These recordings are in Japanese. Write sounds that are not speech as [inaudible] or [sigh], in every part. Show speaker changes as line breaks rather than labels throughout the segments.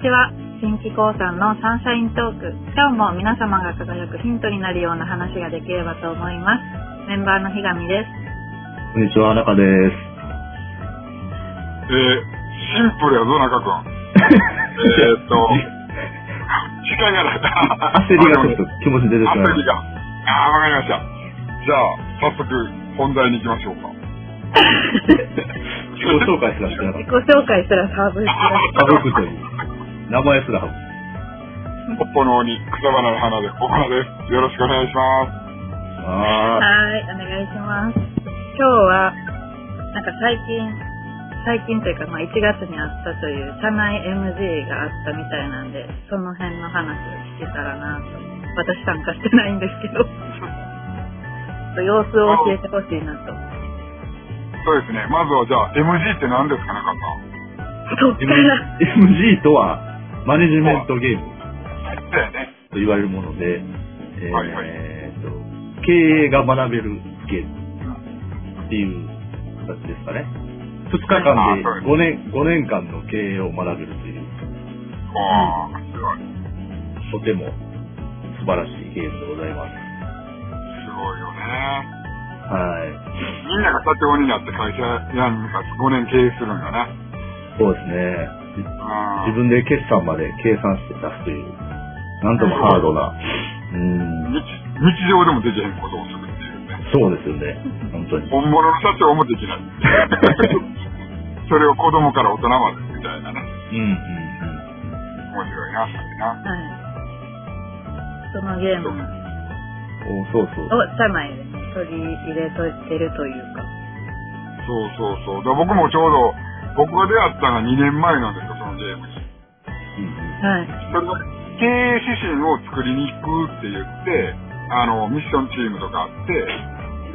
ちは。新機構さんのサンシャイントーク。今日も皆様が輝くヒントになるような話ができればと思います。メンバーの日上です。
こんにちは、中です。
えー、シンプルやぞ、中君。え
[laughs]
ーっと、時間がない。
焦りがちょっと気持ち出てた。
焦りが。あー、わかりました。じゃあ、早速、本題に行きましょうか。
自己紹介すらしてなかっ
自己紹介すらサーブ
た。家族という。名前すら省く。
夫の鬼、草花の花で、小花です。よろしくお願いします。
あー
はい、お願いします。今日は、なんか最近、最近というか、まあ1月にあったという、社内 MG があったみたいなんで、その辺の話を聞けたらなと。私参加してないんです [laughs] けど、様子を教えてほしいなと。
そうですね。まずはじゃあ、MG って何ですか、中君。
そっから、
MG とは、マネジメントゲーム
そうやね。
と言われるもので、えー
はいはい
えーと経営が学べるゲームっていう形ですかね。2日間
あ
で
ーそうです
5年 ,5 年間の経営を学べるという、
あー、すごい。
とても素晴らしいゲームでございます。
すごいよね。
はい。
みんなが社長になって会社やんか、5年経営するんだね。
そうですね。じ
うん
自分で決算まで計算して出すという、なんともハードな。う
日
ん、
日常でもできへんことをするっていうね。
そうですよね。本当に。
本物の社長もできない。 [laughs] それを子供から大人までみたいなね。
うんうんうん。
面白いな、それな。
はい。そのゲームを
おそうそう。
社内で取り入れてるというか。
そうそうそう。だから僕もちょうど、僕が出会ったのが2年前なんですよ、そのゲームに。
うんうん
はい。
それが経営指針を作りに行くって言って、あの、ミッションチームとかあって、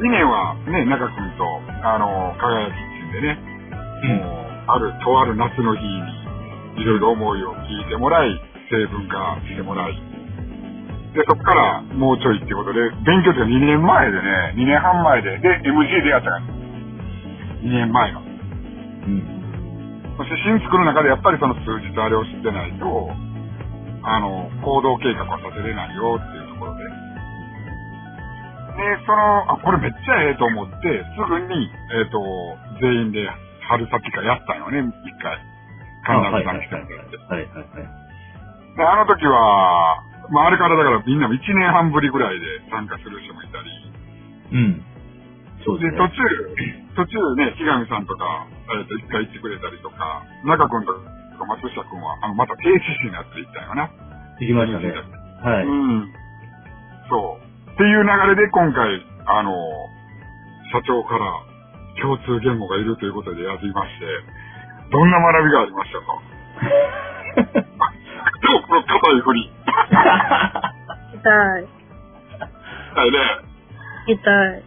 2年はね、中君と、あの、輝きっていう
う
でね、
ん
もう、ある、とある夏の日に、いろいろ思いを聞いてもらい、成分化してもらい、で、そこからもうちょいってことで、勉強って2年前でね、2年半前で、で、MG 出会ったから、2年前の。
うん。
指針作る中でやっぱりその数字とあれを知ってないと、あの、行動計画は立てれないよっていうところで。で、その、あ、これめっちゃええと思って、すぐに、えっ、と、全員で春先かやったんよね、一回。
あ
神
はい
田
はい
さん
はい
来てもらって。
はいはいはい。
で、あの時は、まああれからだからみんなも1年半ぶりぐらいで参加する人もいたり、
うん。そうで
で、
す
途
ね。
中、途中ね、日上さんとか、えっ、と、一回行ってくれたりとか、中君とか松下君は、あの、また停止士になっていったよな。
行きましたね。はい。
う。
うん
そう。っていう流れで今回、あの、社長から共通言語がいるということでやっていまして、どんな学びがあり
[laughs]
ましたかどうこの硬い振り。
痛い。
はいね。
痛い。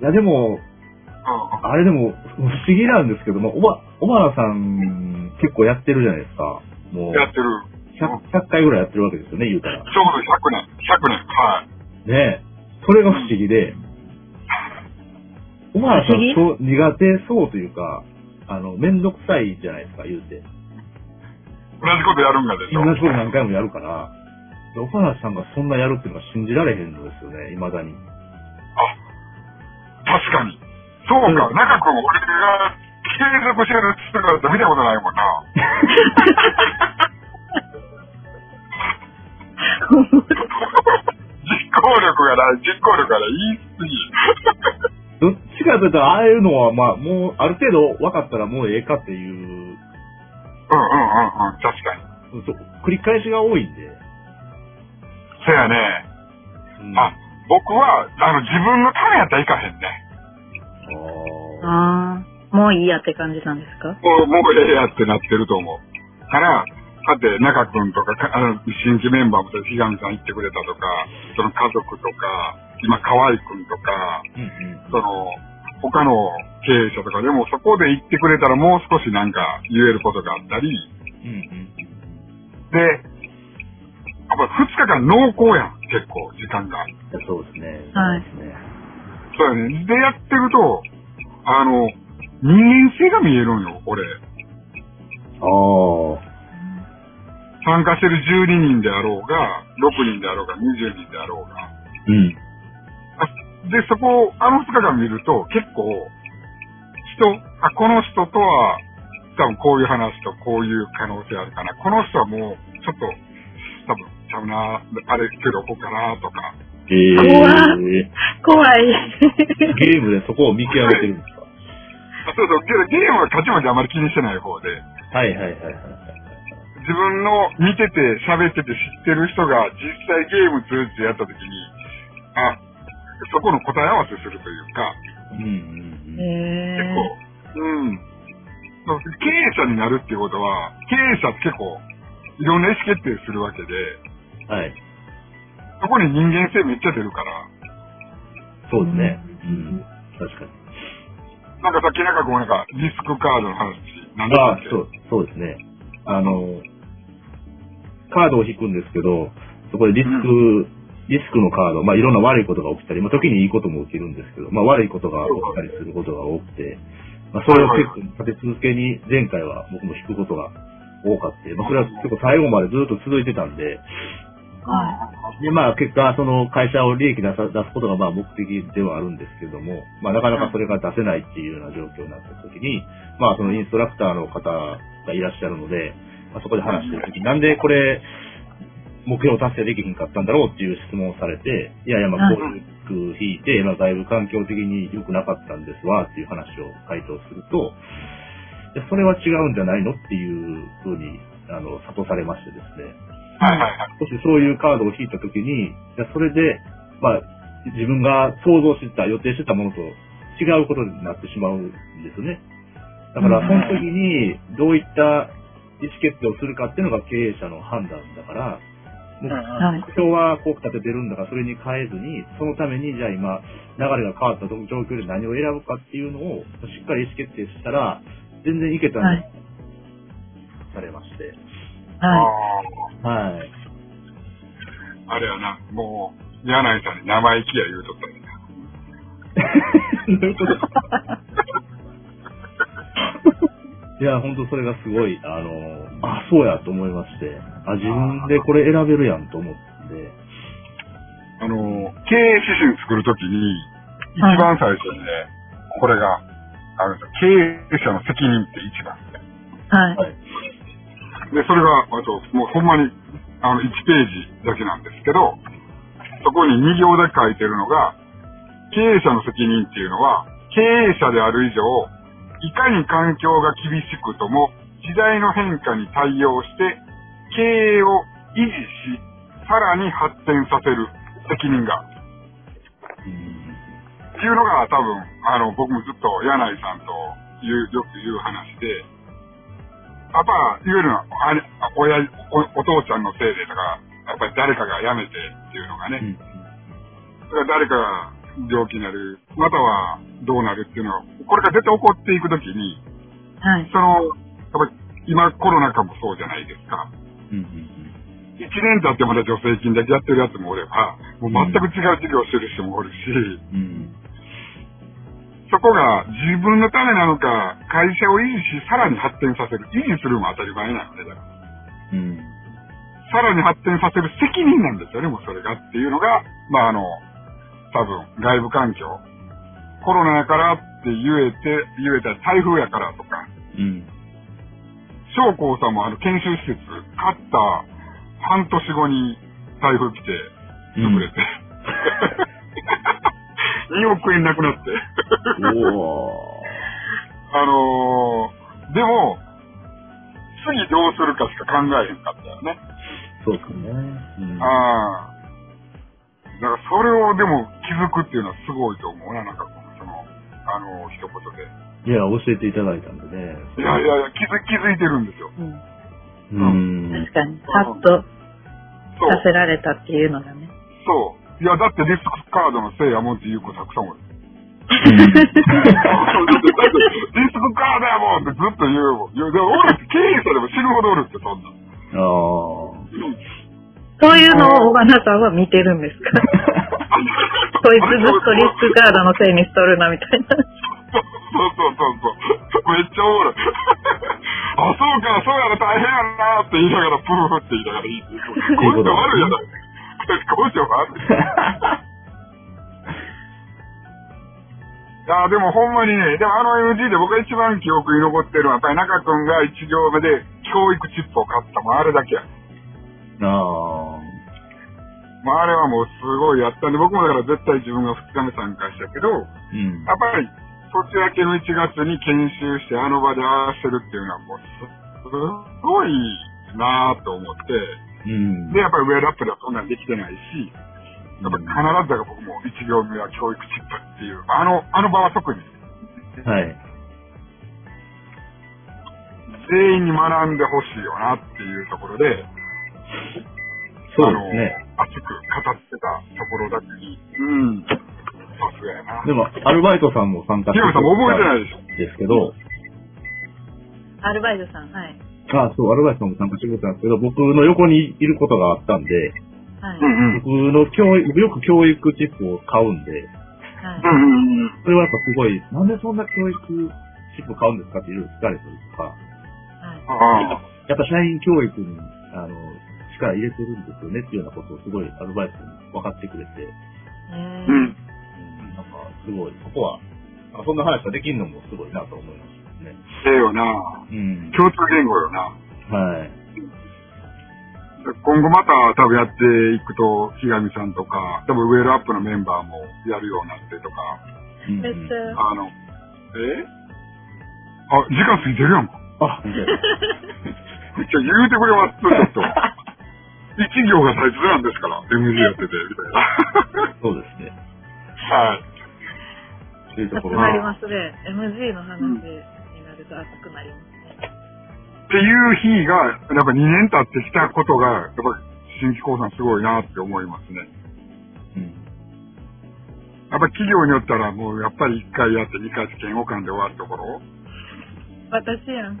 いやでも、
うん。
あれでも、不思議なんですけども、おば、小原さん、結構やってるじゃないですか。もう
やってる。
100、100回ぐらいやってるわけですよね、言うたら。
ちょうど100年。100年。はい。
ねえ、それが不思議で、お前らさん
不
そう苦手そうというか、あの、めんどくさいじゃないですか、言うて。
同じことやるんだでし
同
ょ。
じこと何回もやるから、で小原さんがそんなやるっていうのは信じられへんのですよね、未だに。
あ、確かに。そうか、
うん
中君、俺が継続してる姿見たことないもんな。 [laughs] 実行力がない、実行力がない、言い過
ど
ぎ。
っちかというと、ああいうのは、まあ、もう、ある程度分かったらもうええかっていう、
うんうんうんうん、確かに。
そう繰り返しが多いんで。
そやね。
うん
あ、僕は、あの、自分のためやったらいかへんね。
あ
あ
ー
あ、もういいやって感じなんですか
もう、もうええやってなってると思う。から、さて、中君とか、かあの、新規メンバーも、ひがみさん言ってくれたとか、その家族とか、今、河合君とか、
うんうん
その、他の経営者とかでも、そこで言ってくれたらもう少しなんか言えることがあったり、
うんうん
で、やっぱ2日間濃厚やん、結構、時間が。
いやそうですね。
はい
そうですね。
そうやね。で、やってると、あの、人間性が見えるんよ、俺。
ああ。
参加してる12人であろうが、6人であろうが、20人であろうが。
うん。
で、そこを、あの2日間見ると、結構、人、あ、この人とは、多分こういう話とこういう可能性あるかな。この人はもう、ちょっと、多分、ちゃうな、あれ、けどこうかな、とか。
えー、
怖怖い。
ゲームでそこを見極めてるんですか
あそうそう、けどゲームは勝ち負けあまり気にしてない方で、
はいはいはいはい。
自分の見てて、喋ってて知ってる人が、実際ゲーム通じてやった時に、あ、そこの答え合わせするというか、
うんうん
へ
うん。
結構、うん。そう経営者になるっていうことは、経営者って結構、いろんな意思決定するわけで、
はい。
そこに人間性めっちゃ出るから、
そうですね。うん。確かに。
なんかさっきなんかこうなんか、リスクカードの話、なんだ
あ
っけ
そう、そうですね。あの、カードを引くんですけど、そこでリスク、リスクのカード、まあいろんな悪いことが起きたり、まあ時にいいことも起きるんですけど、まあ悪いことが起きたりすることが多くて、まあそれを結構立て続けに前回は僕も引くことが多かって、まあそれは結構最後までずっと続いてたんで、
は
で、まあ、結果、その会社を利益出さ出すことがまあ目的ではあるんですけども、まあ、なかなかそれが出せないっていうような状況になった時に、まあ、そのインストラクターの方がいらっしゃるので、まあ、そこで話してる時なんでこれ、目標達成できひんかったんだろうっていう質問をされて、いやいや、まあ、こういう服引いて、まあ、だいぶ環境的に良くなかったんですわ、っていう話を回答すると、いやそれは違うんじゃないのっていうふうに、あの、諭されましてですね。
はいはい
も
はい。
しそういうカードを引いたときに、いやそれで、まあ、自分が想像してた、予定してたものと違うことになってしまうんですね。だから、
うん
その時に、どういった意思決定をするかっていうのが経営者の判断だから、もう
はい
目標はこう立ててるんだから、それに変えずに、そのために、じゃあ今、流れが変わった状況で何を選ぶかっていうのを、しっかり意思決定したら、全然いけたん
はい、
だされまして。
はい。
はい。
ああ、あれやな、もう、柳井さんに生意気や言うとったんや
どういうこといや、本当それがすごい、あの、あ、そうやと思いまして、あ、自分でこれ選べるやんと思って、
あの、経営指針作るときに、一番最初にね、これが、あるんですよ。経営者の責任って一番。
はい。
はい。
で、それが、あと、もうほんまに、あの、1ページだけなんですけど、そこに2行だけ書いてるのが、経営者の責任っていうのは、経営者である以上、いかに環境が厳しくとも、時代の変化に対応して、経営を維持し、さらに発展させる責任がある。っていうのが多分、あの、僕もずっと柳井さんと言う、よく言う話で、やっぱ、いわゆるあれあ親お、お父ちゃんのせいでとか、やっぱり誰かが辞めてっていうのが
う
ね、
ん
それは誰かが病気になる、またはどうなるっていうのは、これが絶対起こっていくときに、
はい。
その、やっぱり今コロナ禍もそうじゃないですか。
うんうん
一年経ってまだ助成金だけやってるやつもおれば、もう全く違う事業してる人もおるし、
うんうん
そこが自分のためなのか、会社を維持し、さらに発展させる。維持するも当たり前なので、だから
うん
さらに発展させる責任なんですよね、もうそれが。っていうのが、まああの、多分、外部環境。コロナやからって言えて、言えたら台風やからとか、
うん
将校さんもあの研修施設、買った半年後に台風来て、潰れて。2億 [laughs] 円なくなって。
お
あのー、でも、次どうするかしか考えへんかったよね。
ーそうですね。うん
ああ。だからそれをでも気づくっていうのはすごいと思うな、なんかこの、その、あのー、一言で。
いや、教えていただいたんでね。
いやいやいや、気づ、気づいてるんですよ。
うん
うん。
確かに。ハッと
そう、
させられたっていうのがね。
そう。いや、だってリスクカードのせいやもんっていう子たくさんおる。 [laughs] そうだってだってリスクカードやもんってずっと言うもん。いや、でもおるって経営者でも死ぬほどおるって、そんな。
ああ。
そういうのを小なさんは見てるんですかこいつずっとリスクカードのせいにしとるなみたいな。
そうそうそうそう。めっちゃおもろい。 [laughs] あ、そうか、そうやろ、大変やろなって言いながら、プーって言いながらいいってい
いい
う。根
こ
性
と
悪いやない。根性悪い。いや、でもほんまにね、でもあの MG で僕が一番記憶に残ってるのは、やっぱり中くんが一行目で教育チップを買ったもんあれだけや。
あ
もうあれはもうすごいやったんで、僕もだから絶対自分が2日目参加したけど、
ーうん。
やっぱり、年明けの1月に研修して、あの場で合わせるっていうのは、もう、すごいなぁと思って、
うん。
で、やっぱりウェアラップではそんなんできてないし、やっぱり必ずだから僕も1行目は教育チップっていう、あの、あの場は特に、
はい。
全員に学んでほしいよなっていうところで、
そうですね。
あの、熱く語ってたところだけに、うん、さすがやな。
でも、アルバイトさんも参加
ヒロさんも覚えてないいでしょ
ですけど、
アルバイトさん、はい。
あそう、アルバイトさんも参加してくれたんですけど、僕の横にいることがあったんで、
はい。
う
はい。
んうん。
僕の教育、僕よく教育チップを買うんで、
うんうんうん。
それはやっぱすごい、なんでそんな教育チップ買うんですかっていろいろ聞かれたりとか、
はい。
ああ。
やっぱ社員教育に、あの、力入れてるんですよねっていうようなことをすごいアルバイトに分かってくれて、
えー
うん。
うんなんかすごい、そこは、なんかそんな話ができるのもすごいなと思いましたね。
ええよな。
うん。
共通言語よな。
はい。
今後また多分やっていくと、ひがみさんとか、多分ウェールアップのメンバーもやるようになってとか、
うん
めっちゃ
あの、えあ、時間過ぎてるやんか。
あ、
めっちゃ言うてくれますと、ちょ [laughs] っと。一行が大切なんですから、MG やってて、みたいな。
そうですね。
はい。
というと
熱
こ
く
ろ
な
で
りますね。MG の話になると熱くなりますね。
っていう日が、やっぱ2年経ってきたことが、やっぱ新規興産すごいなって思いますね。
うん
やっぱ企業によったらもうやっぱり1回やって2回試験を間で終わるところ
私や [laughs] ん。
[laughs] 基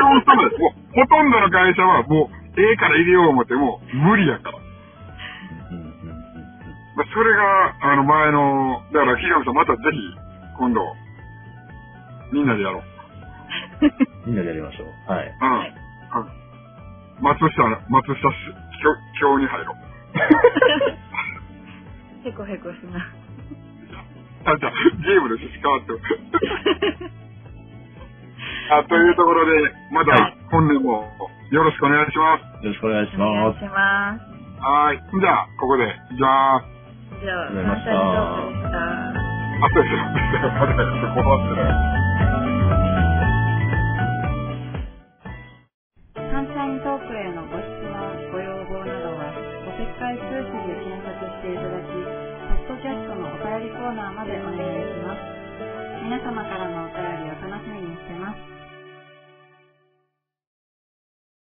本そうです。もうほとんどの会社はもう、ええから入れよう思っても無理やから。
うんうんうん
まあ、それが、あの前の、だから、ひがみさんまたぜひ、今度、みんなでやろう。
みんなでやりましょう。はい。
うん。
はい
うん松下、松下し、教、教に入ろう。
へこへこしな。
あ、じゃあ、ゲームの趣旨変わっても [laughs] あ、というところで、ま
は
た、本年も、よろしくお願いします。
よろしくお願いし
お願
ま
い
す。
します。
はい。じゃあ、ここで、じゃあ、
じゃあ、
ありがとうございま
関
し
西
た
トークでした。
あとで、 [laughs] また、ちょっと困ってない。
サンシャイントークへのご質問、ご要望などは、おせっかい通知で検索していただき、ポッドキャストのお便りコーナーまでお願いします。皆様からのお便りを楽しみにしてます。